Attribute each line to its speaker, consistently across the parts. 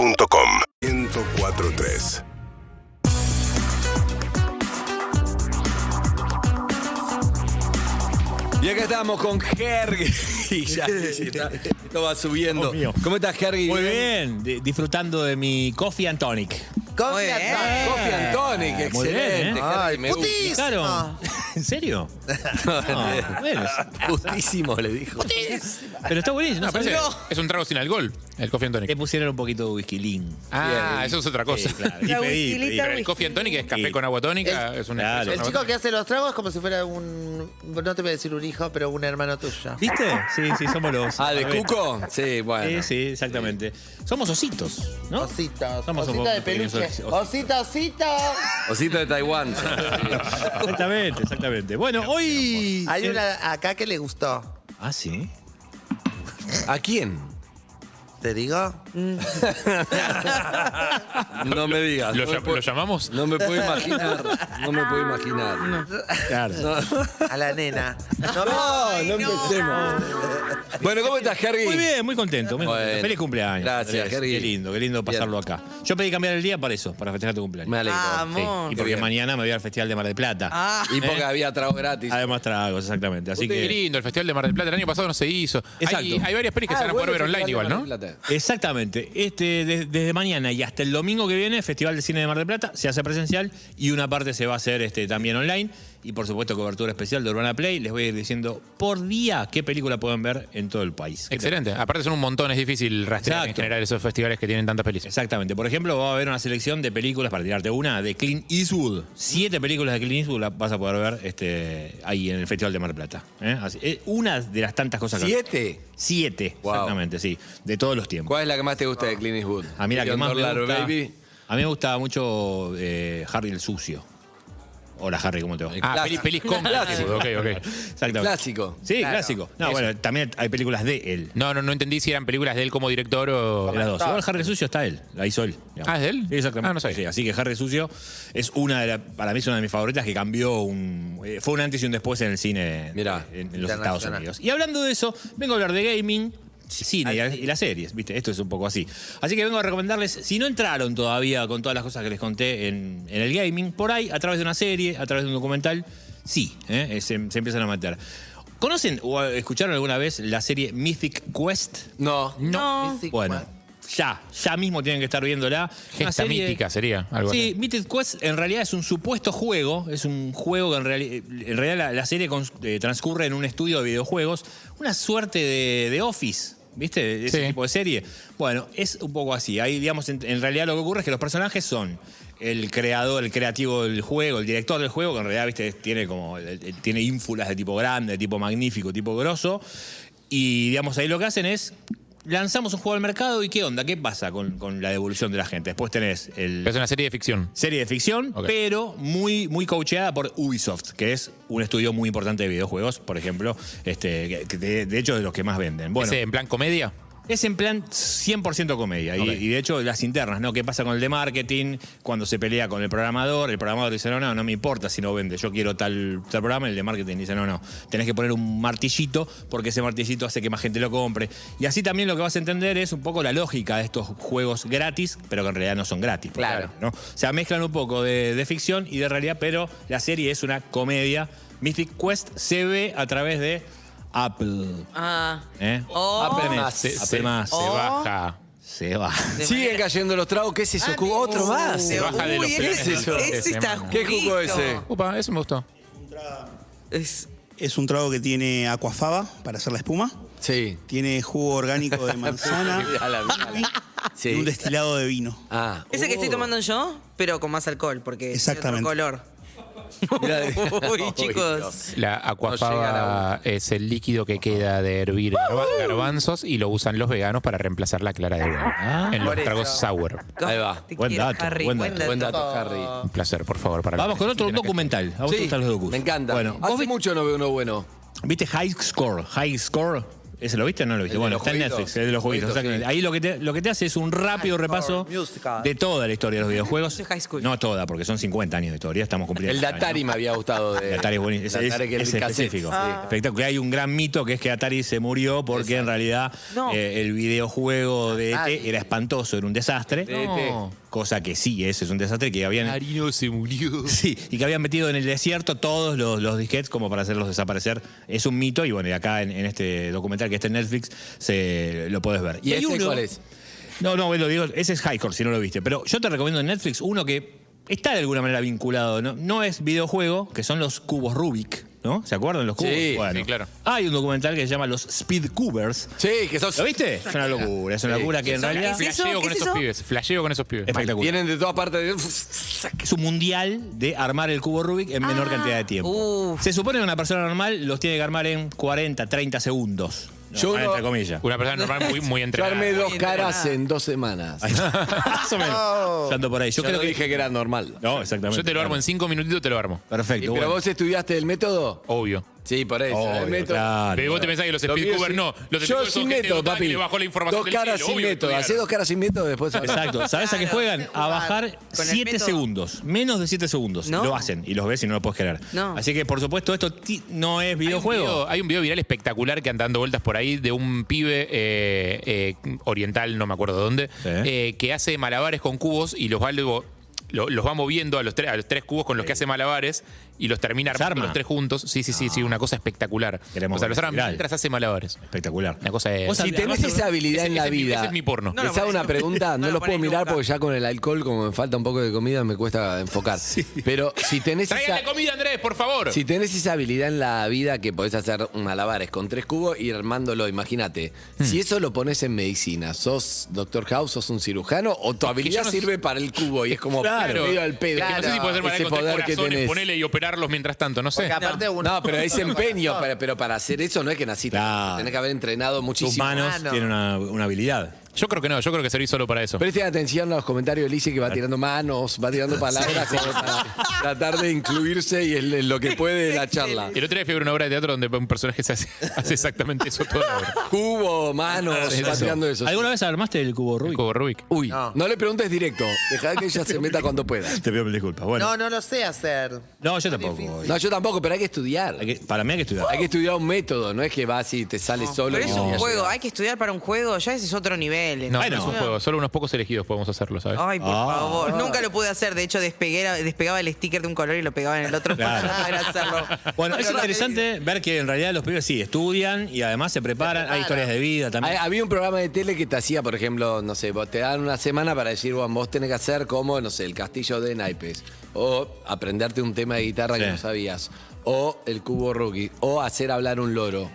Speaker 1: UrbanaPlayFM.com 1043
Speaker 2: Y acá estamos con Hergy. Y ya, y está- esto va subiendo.
Speaker 3: Oh, mío.
Speaker 2: ¿Cómo estás, Hergy?
Speaker 3: Muy bien, di- disfrutando de mi coffee and tonic.
Speaker 2: Coffee and Coffee and Tonic,
Speaker 3: Eh, muy bien,
Speaker 2: excelente. Hergy,
Speaker 3: ¿eh?
Speaker 4: Ay,
Speaker 2: me gusta.
Speaker 4: putis.
Speaker 3: Claro.
Speaker 4: Ah.
Speaker 3: ¿En serio? No, bueno,
Speaker 2: Putísimo, le dijo.
Speaker 3: Ah, pero está buenísimo.
Speaker 5: No,
Speaker 3: ¿no
Speaker 5: parece-
Speaker 3: sabía?
Speaker 5: Es un trago sin alcohol, el coffee and
Speaker 3: Le
Speaker 5: tonic.
Speaker 3: pusieron un poquito de whisky lean.
Speaker 5: Ah, eso es otra cosa.
Speaker 3: Sí, claro. Y
Speaker 6: La
Speaker 3: pedí,
Speaker 6: whisky
Speaker 3: pedí.
Speaker 6: lita,
Speaker 5: Pero el coffee and tonic es café
Speaker 3: Sí.
Speaker 5: con agua tónica, es una
Speaker 3: Claro.
Speaker 5: espresso
Speaker 4: El
Speaker 5: con
Speaker 4: chico
Speaker 5: agua
Speaker 4: que hace los tragos es como si fuera un. No te voy a decir un hijo, pero un hermano tuyo.
Speaker 3: ¿Viste? Sí, sí, somos los.
Speaker 2: Ah, ¿de
Speaker 3: a ver.
Speaker 2: Cuco? Sí,
Speaker 3: Sí,
Speaker 2: bueno.
Speaker 3: sí, exactamente. Somos ositos, ¿no?
Speaker 4: Ositos.
Speaker 3: Somos
Speaker 4: osito
Speaker 3: un
Speaker 4: de
Speaker 3: poco pequeños
Speaker 4: peluche.
Speaker 3: ositos.
Speaker 4: Osito, osito.
Speaker 2: Osito de Taiwán.
Speaker 3: Exactamente, exactamente. Bueno, hoy.
Speaker 4: Hay una acá que le gustó.
Speaker 3: Ah, sí.
Speaker 2: ¿A quién?
Speaker 4: ¿Te digo?
Speaker 2: No me digas.
Speaker 5: tónica.
Speaker 2: no,
Speaker 5: ¿Lo,
Speaker 2: me
Speaker 5: llam-
Speaker 2: puedo-
Speaker 5: lo llamamos?
Speaker 2: no me puedo imaginar. No me puedo imaginar. No,
Speaker 3: Claro.
Speaker 4: A la nena. No,
Speaker 2: no empecemos. Bueno, ¿cómo estás, Hergy?
Speaker 3: Muy bien, muy contento. muy
Speaker 2: Bueno.
Speaker 3: contento. Feliz cumpleaños.
Speaker 2: Gracias,
Speaker 3: Andrés.
Speaker 2: Jerry.
Speaker 3: Qué lindo, qué lindo pasarlo acá. Yo pedí cambiar el día para eso, para festejar tu cumpleaños.
Speaker 2: Me alegro.
Speaker 4: Ah,
Speaker 6: Vamos.
Speaker 3: Y
Speaker 2: Qué
Speaker 3: porque
Speaker 2: bien.
Speaker 3: mañana me voy al Festival de Mar del Plata.
Speaker 6: Ah,
Speaker 2: Y porque había trago gratis.
Speaker 5: Ah,
Speaker 2: Ah,
Speaker 3: Además tragos, exactamente. Así
Speaker 5: Qué
Speaker 3: que.
Speaker 5: lindo, el Festival de Mar del Plata el año pasado no se hizo.
Speaker 3: Exacto. Ah,
Speaker 5: Hay, hay varias pelis que se van a poder ver online igual, ¿no?
Speaker 3: Exactamente. Este, de- desde mañana y hasta el domingo que viene, Festival de Cine de Mar del Plata se hace presencial y una parte se va a hacer este, también online. Y por supuesto, cobertura especial de Urbana Play. Les voy a ir diciendo por día qué película pueden ver en todo el país.
Speaker 5: Excelente. Aparte son un montón, es difícil rastrear en
Speaker 3: Exacto.
Speaker 5: general esos festivales que tienen tantas pelis.
Speaker 3: Exactamente. Por ejemplo, va a haber una selección de películas, para tirarte una, de Clint Eastwood. Siete películas de Clint Eastwood las vas a poder ver este, ahí en el Festival de Mar del Plata. ¿eh? Así- eh, una de las tantas cosas que...
Speaker 2: ¿Siete?
Speaker 3: Siete,
Speaker 2: Wow.
Speaker 3: exactamente, sí. De todos los tiempos.
Speaker 2: ¿Cuál es la que más te gusta de Clint Eastwood?
Speaker 3: A mí la Ah, que
Speaker 2: Million
Speaker 3: más me
Speaker 2: Dollar
Speaker 3: gusta...
Speaker 2: Baby.
Speaker 3: A mí me gusta mucho eh, Harry el Sucio. Hola, Harry, ¿cómo te va?
Speaker 5: Ah,
Speaker 2: Clásico.
Speaker 5: pelis, pelis con Ok, ok.
Speaker 3: Exactamente.
Speaker 2: Clásico.
Speaker 3: Sí, clásico. No, bueno, también hay películas de él.
Speaker 5: No, no, no entendí si eran películas de él como director o...
Speaker 3: De las dos. Igual Harry Sucio está él, la hizo él. digamos.
Speaker 5: Ah, ¿es de él?
Speaker 3: Sí, exactamente.
Speaker 5: Ah, no sabía.
Speaker 3: Sí, así que Harry Sucio es una de la- para mí es una de mis favoritas que cambió un. eh, fue un antes y un después en el cine eh,
Speaker 2: Mirá,
Speaker 3: en, en los
Speaker 4: internacional.
Speaker 3: Estados Unidos. Y hablando de eso, vengo a hablar de gaming. Cine y, y las series, ¿viste? Esto es un poco así. Así que vengo a recomendarles, si no entraron todavía con todas las cosas que les conté en, en el gaming, por ahí, a través de una serie, a través de un documental, sí, ¿eh? Eh, se, se empiezan a meter. ¿Conocen o eh, escucharon alguna vez la serie Mythic Quest?
Speaker 2: No.
Speaker 6: no.
Speaker 3: Bueno, ya, ya mismo tienen que estar viéndola. Una
Speaker 5: Gesta
Speaker 3: serie-
Speaker 5: mítica sería algo
Speaker 3: Sí,
Speaker 5: así.
Speaker 3: Mythic Quest en realidad es un supuesto juego, es un juego que en, reali- en realidad la, la serie cons- eh, transcurre en un estudio de videojuegos, una suerte de, de Office, ¿viste? Ese
Speaker 5: Sí.
Speaker 3: tipo de serie. Bueno, es un poco así. Ahí, digamos, en, en realidad lo que ocurre es que los personajes son el creador, el creativo del juego, el director del juego, que en realidad, ¿viste? Tiene como, el- el- tiene ínfulas de tipo grande, de tipo magnífico, tipo grosso. Y digamos, ahí lo que hacen es. Lanzamos un juego al mercado y ¿qué onda? ¿Qué pasa con, con la devolución de la gente? Después tenés el,
Speaker 5: Es una serie de ficción.
Speaker 3: Serie de ficción,
Speaker 5: Mm. Ok.
Speaker 3: pero muy, muy coacheada por Ubisoft, que es un estudio muy importante de videojuegos, por ejemplo, este, que- que de, de hecho es de los que más venden. Bueno,
Speaker 5: Ese, en plan comedia.
Speaker 3: es en plan 100% comedia. Y-
Speaker 5: Ok.
Speaker 3: Y, de hecho, las internas, ¿no? ¿Qué pasa con el de marketing? Cuando se pelea con el programador, el programador dice, no, no, no me importa si no vende, yo quiero tal, tal programa. El de marketing dice, no, no, tenés que poner un martillito porque ese martillito hace que más gente lo compre. Y así también lo que vas a entender es un poco la lógica de estos juegos gratis, pero que en realidad no son gratis.
Speaker 4: Claro.
Speaker 3: ¿no? O sea, mezclan un poco de, de ficción y de realidad, pero la serie es una comedia. Mystic Quest se ve a través de Apple.
Speaker 6: Ah.
Speaker 3: ¿eh?
Speaker 6: Oh.
Speaker 3: Apple más.
Speaker 5: Se,
Speaker 3: Apple
Speaker 5: se-
Speaker 3: más. Oh.
Speaker 5: se baja.
Speaker 3: Se va.
Speaker 6: De
Speaker 2: Siguen
Speaker 6: manera-
Speaker 2: cayendo los tragos. ¿Qué es eso? Cuba? ¿Otro más?
Speaker 6: Se
Speaker 5: baja de
Speaker 6: Uy,
Speaker 5: los
Speaker 6: ese-
Speaker 5: planes de fin de
Speaker 6: Ese está
Speaker 5: semana.
Speaker 2: ¿Qué jugo
Speaker 6: juguito.
Speaker 2: ese?
Speaker 5: Upa, eso me gustó.
Speaker 6: Es-
Speaker 7: Es un trago que tiene aquafaba para hacer la espuma.
Speaker 2: Sí.
Speaker 7: Tiene jugo orgánico de manzana
Speaker 2: A la mía.
Speaker 7: y un
Speaker 2: Sí.
Speaker 7: destilado de vino.
Speaker 2: Ah.
Speaker 6: Ese que estoy
Speaker 3: Oh.
Speaker 6: tomando yo, pero con más alcohol, porque
Speaker 7: Exactamente.
Speaker 6: tiene otro
Speaker 2: Mirá,
Speaker 6: color. Uy,
Speaker 2: Dios.
Speaker 6: chicos.
Speaker 5: La aquafaba es el líquido que queda de hervir garba- garbanzos y lo usan los veganos para reemplazar la clara de huevo
Speaker 6: Ah.
Speaker 5: en los
Speaker 4: Por
Speaker 5: tragos
Speaker 4: eso.
Speaker 5: sour.
Speaker 2: Ahí va.
Speaker 6: Te
Speaker 3: Buen
Speaker 6: quiero,
Speaker 3: dato,
Speaker 6: Harry,
Speaker 3: buen
Speaker 6: buen
Speaker 3: dato.
Speaker 2: Buen
Speaker 6: dato.
Speaker 2: dato, Harry.
Speaker 5: Un placer, por favor. Para
Speaker 3: Vamos con otro
Speaker 5: Tiene que-
Speaker 3: documental. A vos te
Speaker 2: Sí,
Speaker 3: gustan los docus.
Speaker 2: Me encanta.
Speaker 3: Bueno,
Speaker 2: Hace
Speaker 3: vos vi-
Speaker 2: mucho no veo uno bueno.
Speaker 3: viste High Score. High Score ¿Ese lo viste o no lo viste?
Speaker 2: ¿El de
Speaker 3: Bueno,
Speaker 2: los
Speaker 3: está en
Speaker 2: jueguitos?
Speaker 3: Netflix, el de los jueguitos.
Speaker 2: Jueguitos,
Speaker 3: exactamente. Ahí lo que, te, lo que te hace es un rápido repaso
Speaker 4: Musical.
Speaker 3: de toda la historia de los videojuegos.
Speaker 6: De High School.
Speaker 3: No toda, porque son 50 años de historia, estamos cumpliendo.
Speaker 2: El de
Speaker 3: este año.
Speaker 2: Atari me había gustado. De,
Speaker 3: El Atari es buenísimo. Es,
Speaker 2: el
Speaker 3: es-
Speaker 2: Atari que
Speaker 3: es
Speaker 2: el cassette.
Speaker 3: específico. Espectacular. Hay un gran mito que es que Atari se murió porque en realidad
Speaker 6: No.
Speaker 3: eh, el videojuego de ET era espantoso, era un desastre.
Speaker 2: De E ET.
Speaker 3: Cosa que sí es, es un desastre que habían.
Speaker 2: Marino se murió.
Speaker 3: Sí, y que habían metido en el desierto todos los, los disquetes como para hacerlos desaparecer. Es un mito y bueno, y acá en, en este documental que está en Netflix se lo podés ver.
Speaker 2: ¿Y,
Speaker 3: hay
Speaker 2: este
Speaker 3: uno-
Speaker 2: cuál es?
Speaker 3: No, no, lo digo, ese es Highcore si no lo viste, pero yo te recomiendo en Netflix uno que está de alguna manera vinculado, ¿no? No es videojuego, que son los cubos Rubik, ¿no? ¿Se acuerdan los cubos?
Speaker 2: Sí,
Speaker 3: Bueno,
Speaker 5: sí, claro.
Speaker 3: Hay un documental que se llama Los Speed Cubers.
Speaker 2: Sí, que sos.
Speaker 3: ¿Lo viste? Es una locura, es una
Speaker 5: Sí.
Speaker 3: locura que en
Speaker 6: Son-
Speaker 3: realidad
Speaker 6: ¿Qué es eso?
Speaker 5: Flasheo
Speaker 6: ¿Qué
Speaker 5: con
Speaker 6: es
Speaker 5: esos
Speaker 6: eso?
Speaker 5: pibes. Flasheo con esos pibes.
Speaker 3: espectacular.
Speaker 2: Vienen de todas partes. de-
Speaker 3: es un mundial de armar el cubo Rubik en menor
Speaker 6: Ah,
Speaker 3: cantidad de tiempo.
Speaker 6: uf.
Speaker 3: Se supone que una persona normal los tiene que armar en 40, 30 segundos. No,
Speaker 2: Yo
Speaker 3: entre
Speaker 2: no-
Speaker 3: comillas.
Speaker 5: Una persona normal muy, muy
Speaker 2: Yo
Speaker 5: entrenada.
Speaker 2: armé dos
Speaker 6: Muy
Speaker 2: caras
Speaker 6: entrenada.
Speaker 2: en dos semanas.
Speaker 3: Ahí está. Más o menos. Yo ando por ahí.
Speaker 2: Yo
Speaker 3: Yo, creo
Speaker 2: no
Speaker 3: que.
Speaker 2: dije que era normal.
Speaker 3: No, exactamente.
Speaker 5: Yo te lo armo en cinco minutitos, te lo armo.
Speaker 2: Y, ¿Pero
Speaker 3: Perfecto. bueno.
Speaker 2: vos estudiaste el método?
Speaker 5: Obvio.
Speaker 2: Sí, por eso.
Speaker 3: Obvio,
Speaker 2: el método.
Speaker 3: claro.
Speaker 5: Pero vos te pensás que los
Speaker 2: Lo mío
Speaker 5: speedcubers
Speaker 2: sí.
Speaker 5: no. Los
Speaker 2: Yo
Speaker 5: speedcubers
Speaker 2: sin
Speaker 5: son gente
Speaker 2: método,
Speaker 5: dotada que
Speaker 2: papi.
Speaker 5: le bajó la información
Speaker 2: dos
Speaker 5: del
Speaker 2: caras
Speaker 5: cielo,
Speaker 2: sin
Speaker 5: obvio que
Speaker 2: método.
Speaker 5: estudiaron.
Speaker 2: Hacé dos caras sin método después.
Speaker 3: Exacto. ¿Sabes a qué
Speaker 6: Claro,
Speaker 3: juegan?
Speaker 6: sé jugar
Speaker 3: A bajar
Speaker 6: con el
Speaker 3: 7
Speaker 6: método.
Speaker 3: segundos. Menos de 7 segundos.
Speaker 6: No.
Speaker 3: Lo hacen y los ves y no lo puedes creer.
Speaker 6: No.
Speaker 3: Así que, por supuesto, esto ti- no es
Speaker 5: Hay un, video,
Speaker 3: videojuego.
Speaker 5: hay un video viral espectacular que anda dando vueltas por ahí de un pibe eh, eh, oriental, no me acuerdo dónde,
Speaker 3: Sí.
Speaker 5: eh, que hace malabares con cubos y los va luego- lo- los va moviendo a los, tres, a los tres cubos con los que hace malabares y los termina
Speaker 3: Los
Speaker 5: armando
Speaker 3: arma. Ah.
Speaker 5: los tres juntos. Sí, sí, sí, sí, una cosa espectacular.
Speaker 3: Queremos
Speaker 5: o sea,
Speaker 3: ver
Speaker 5: los
Speaker 3: ese
Speaker 5: arma
Speaker 3: viral.
Speaker 5: mientras hace malabares.
Speaker 3: Espectacular.
Speaker 5: Una cosa es-
Speaker 3: Vos
Speaker 5: Si
Speaker 3: sabés-
Speaker 8: Si tenés
Speaker 3: además-
Speaker 8: esa habilidad
Speaker 5: Ese-
Speaker 8: en la
Speaker 5: ese es mi-
Speaker 8: vida.
Speaker 5: ese es mi porno.
Speaker 6: No
Speaker 8: Les
Speaker 6: lo
Speaker 8: hago una
Speaker 6: ponés.
Speaker 8: pregunta,
Speaker 6: No
Speaker 8: no
Speaker 6: lo
Speaker 8: los puedo
Speaker 6: ponés
Speaker 8: mirar
Speaker 6: nunca.
Speaker 8: porque ya con el alcohol, como me falta un poco de comida, me cuesta enfocar. Pero si tenés esa,
Speaker 5: Tráiganle comida, Andrés, por favor.
Speaker 8: si tenés esa habilidad en la vida que podés hacer malabares con tres cubos y armándolo, imagínate. Si eso lo pones en medicina, ¿sos doctor House, sos un cirujano o tu habilidad
Speaker 5: yo no-
Speaker 8: sirve para el cubo y es como
Speaker 5: Claro.
Speaker 8: medio al pedo?
Speaker 5: Es que no sé si puedes hacer malabares
Speaker 8: ese
Speaker 5: con tres
Speaker 8: poder que
Speaker 5: corazones,
Speaker 8: tenés.
Speaker 5: ponele y operarlos mientras tanto, no sé.
Speaker 4: Porque aparte uno-
Speaker 8: No, pero es empeño, para- pero para hacer eso no es que naciste.
Speaker 3: Claro.
Speaker 8: Tenés que haber entrenado
Speaker 3: Tus
Speaker 8: muchísimo.
Speaker 3: manos
Speaker 4: Humano.
Speaker 3: tienen una, una habilidad.
Speaker 5: Yo creo que no, yo creo que serví solo para eso.
Speaker 8: Presten atención a los comentarios de Lice que va tirando manos, va tirando palabras como para tratar de incluirse y es le- lo que puede de la charla.
Speaker 5: El otro día fui a ver una obra de teatro donde un personaje se hace, hace exactamente eso todo. la obra.
Speaker 8: Cubo, manos, va tirando eso.
Speaker 3: ¿Alguna vez armaste el cubo
Speaker 5: El
Speaker 3: Rubik?
Speaker 5: cubo Rubik.
Speaker 8: Uy, no. le preguntes directo. Dejá que ella se meta cuando pueda.
Speaker 3: Te pido mil disculpas. Bueno.
Speaker 4: No, no lo sé hacer.
Speaker 3: No, yo tampoco.
Speaker 8: No, yo tampoco, pero hay que estudiar.
Speaker 3: Hay que- para mí hay que estudiar.
Speaker 8: Hay que estudiar un método, no es que vas y te sale solo.
Speaker 6: Pero
Speaker 8: y
Speaker 6: es un
Speaker 8: estudias.
Speaker 6: juego, hay que estudiar para un juego, ya ese es otro nivel.
Speaker 5: No,
Speaker 3: Bueno.
Speaker 5: no es un juego, solo unos pocos elegidos podemos hacerlo, ¿sabes?
Speaker 6: Ay, por
Speaker 3: Ah.
Speaker 6: favor. Nunca lo pude hacer. De hecho, despegué, era- despegaba el sticker de un color y lo pegaba en el otro
Speaker 3: Claro.
Speaker 6: para poder hacerlo.
Speaker 3: Bueno, es
Speaker 6: Pero no,
Speaker 3: interesante ver que en realidad los pibes sí estudian y además se preparan. Hay historias de vida
Speaker 8: Hay-
Speaker 3: también.
Speaker 8: Había un programa de tele que te hacía, por ejemplo, no sé, vos te dan una semana para decir, vos, vos tenés que hacer como, no sé, el castillo de naipes, o aprenderte un tema de guitarra
Speaker 3: Sí.
Speaker 8: que no sabías, o el cubo rookie, o hacer hablar un loro.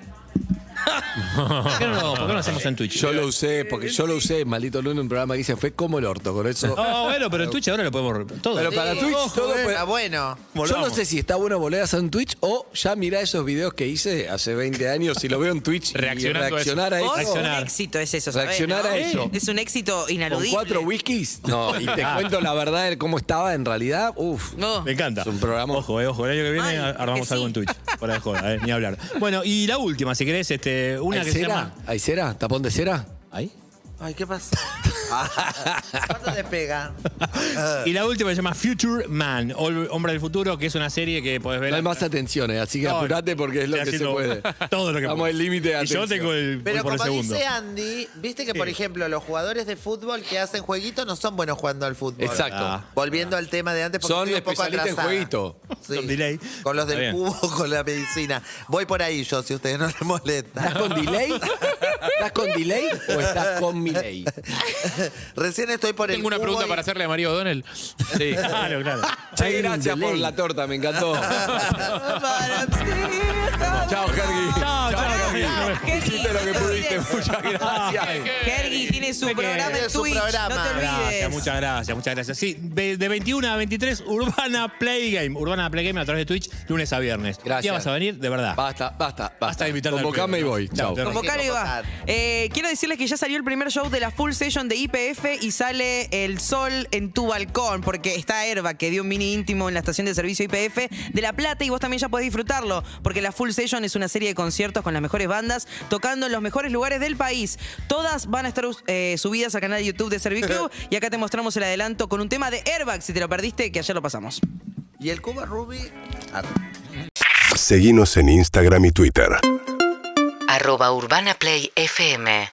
Speaker 3: ¿Por qué no, lo- por qué no lo hacemos en Twitch?
Speaker 8: Yo lo usé, porque yo lo usé, maldito lunes, en un programa que hice, fue como el orto, con eso.
Speaker 3: No, bueno, pero en Twitch ahora lo podemos. re- Todo.
Speaker 8: Pero para Twitch todo puede-
Speaker 3: pues-
Speaker 4: Está bueno.
Speaker 8: Yo no sé si está bueno volver a hacer un Twitch o ya mirá esos videos que hice hace 20 años, si lo veo en Twitch y
Speaker 5: Reaccionando a eso.
Speaker 8: reaccionar a eso.
Speaker 6: Vos, un
Speaker 3: Reaccionar.
Speaker 6: éxito es eso, ¿sabés,
Speaker 8: Reaccionar
Speaker 6: no?
Speaker 8: a eso.
Speaker 6: Es un éxito
Speaker 8: Con
Speaker 6: inaludible.
Speaker 8: cuatro whiskies. No, y te
Speaker 3: Ah.
Speaker 8: cuento la verdad de cómo estaba en realidad. Uf.
Speaker 6: No.
Speaker 3: Me encanta.
Speaker 8: Es un programa.
Speaker 3: Ojo, eh, ojo. El año que viene
Speaker 6: Ay,
Speaker 3: armamos
Speaker 6: que sí.
Speaker 3: algo en Twitch. Para de joda, eh, ni hablar. Bueno, y la última, si querés, este, una
Speaker 8: ¿Hay
Speaker 3: que se
Speaker 8: cera?
Speaker 3: llama.
Speaker 8: ¿Hay cera? ¿Tapón de cera?
Speaker 3: ¿Ahí?
Speaker 4: Ay, ¿qué pasa? ¿Cuánto te pega?
Speaker 3: Y la última se llama Future Man, Hol- Hombre del Futuro, que es una serie que podés ver.
Speaker 8: No hay más atenciones, así que
Speaker 3: No,
Speaker 8: apurate porque es lo
Speaker 3: estoy
Speaker 8: que se puede.
Speaker 3: haciendo Todo lo que
Speaker 8: Estamos
Speaker 3: puedo.
Speaker 8: al límite de
Speaker 3: Y yo
Speaker 8: atención.
Speaker 3: tengo el voy
Speaker 4: Pero
Speaker 3: por
Speaker 4: como
Speaker 3: el segundo.
Speaker 4: dice Andy, viste que, por ejemplo, los jugadores de fútbol que hacen jueguito no son buenos jugando al fútbol.
Speaker 8: Exacto.
Speaker 3: Ah.
Speaker 4: Volviendo al tema de antes, porque
Speaker 8: Son
Speaker 4: estoy un poco
Speaker 8: especialistas en
Speaker 4: atrasada.
Speaker 8: jueguito.
Speaker 4: Sí.
Speaker 3: Con delay.
Speaker 4: Con los
Speaker 3: Está
Speaker 4: del
Speaker 3: bien.
Speaker 4: cubo, con la medicina. Voy por ahí yo, si ustedes no les molesta.
Speaker 8: ¿Estás con delay? ¿Estás con delay o estás con delay?
Speaker 4: Recién estoy por el
Speaker 5: Tengo una
Speaker 4: cubo
Speaker 5: pregunta
Speaker 4: y-
Speaker 5: para hacerle a Mario O'Donnell.
Speaker 8: Sí.
Speaker 3: Claro, claro.
Speaker 8: Che, gracias por la torta, me encantó. Chao, Jergi.
Speaker 3: Chao, chao,
Speaker 8: Hiciste lo que pudiste, muchas gracias.
Speaker 6: Hergy tiene Tiene su
Speaker 3: Sé que-
Speaker 6: programa en
Speaker 4: Tiene su
Speaker 6: Twitch, no
Speaker 4: programa.
Speaker 6: te
Speaker 3: Gracias,
Speaker 6: olvides.
Speaker 3: muchas gracias, muchas gracias. Sí, de, de 21 a 23, Urbana Playgame. Urbana Playgame a través de Twitch, lunes a viernes.
Speaker 8: Gracias.
Speaker 3: Ya vas a venir, de verdad.
Speaker 8: Basta, basta,
Speaker 3: Basta
Speaker 8: basta.
Speaker 3: de invitarme al
Speaker 8: Convocame y
Speaker 3: programa.
Speaker 8: voy.
Speaker 3: No,
Speaker 8: Chao.
Speaker 3: te
Speaker 6: Como
Speaker 4: Hay que
Speaker 6: Caro y va.
Speaker 4: convocar.
Speaker 6: Eh, quiero decirles que ya salió el primer show de la full session de IPF y sale el sol en tu balcón, porque está Herba, que dio un mini íntimo en la estación de servicio IPF de La Plata y vos también ya podés disfrutarlo, porque la full session es una serie de conciertos con las mejores bandas tocando en los mejores lugares del país. Todas van a estar eh, subidas al canal de YouTube de Serviclub y acá te mostramos el adelanto con un tema de Airbag, si te lo perdiste, que ayer lo pasamos.
Speaker 4: Y el Cuba Ruby.
Speaker 1: Seguimos en Instagram y Twitter.
Speaker 9: arroba Urbana Play FM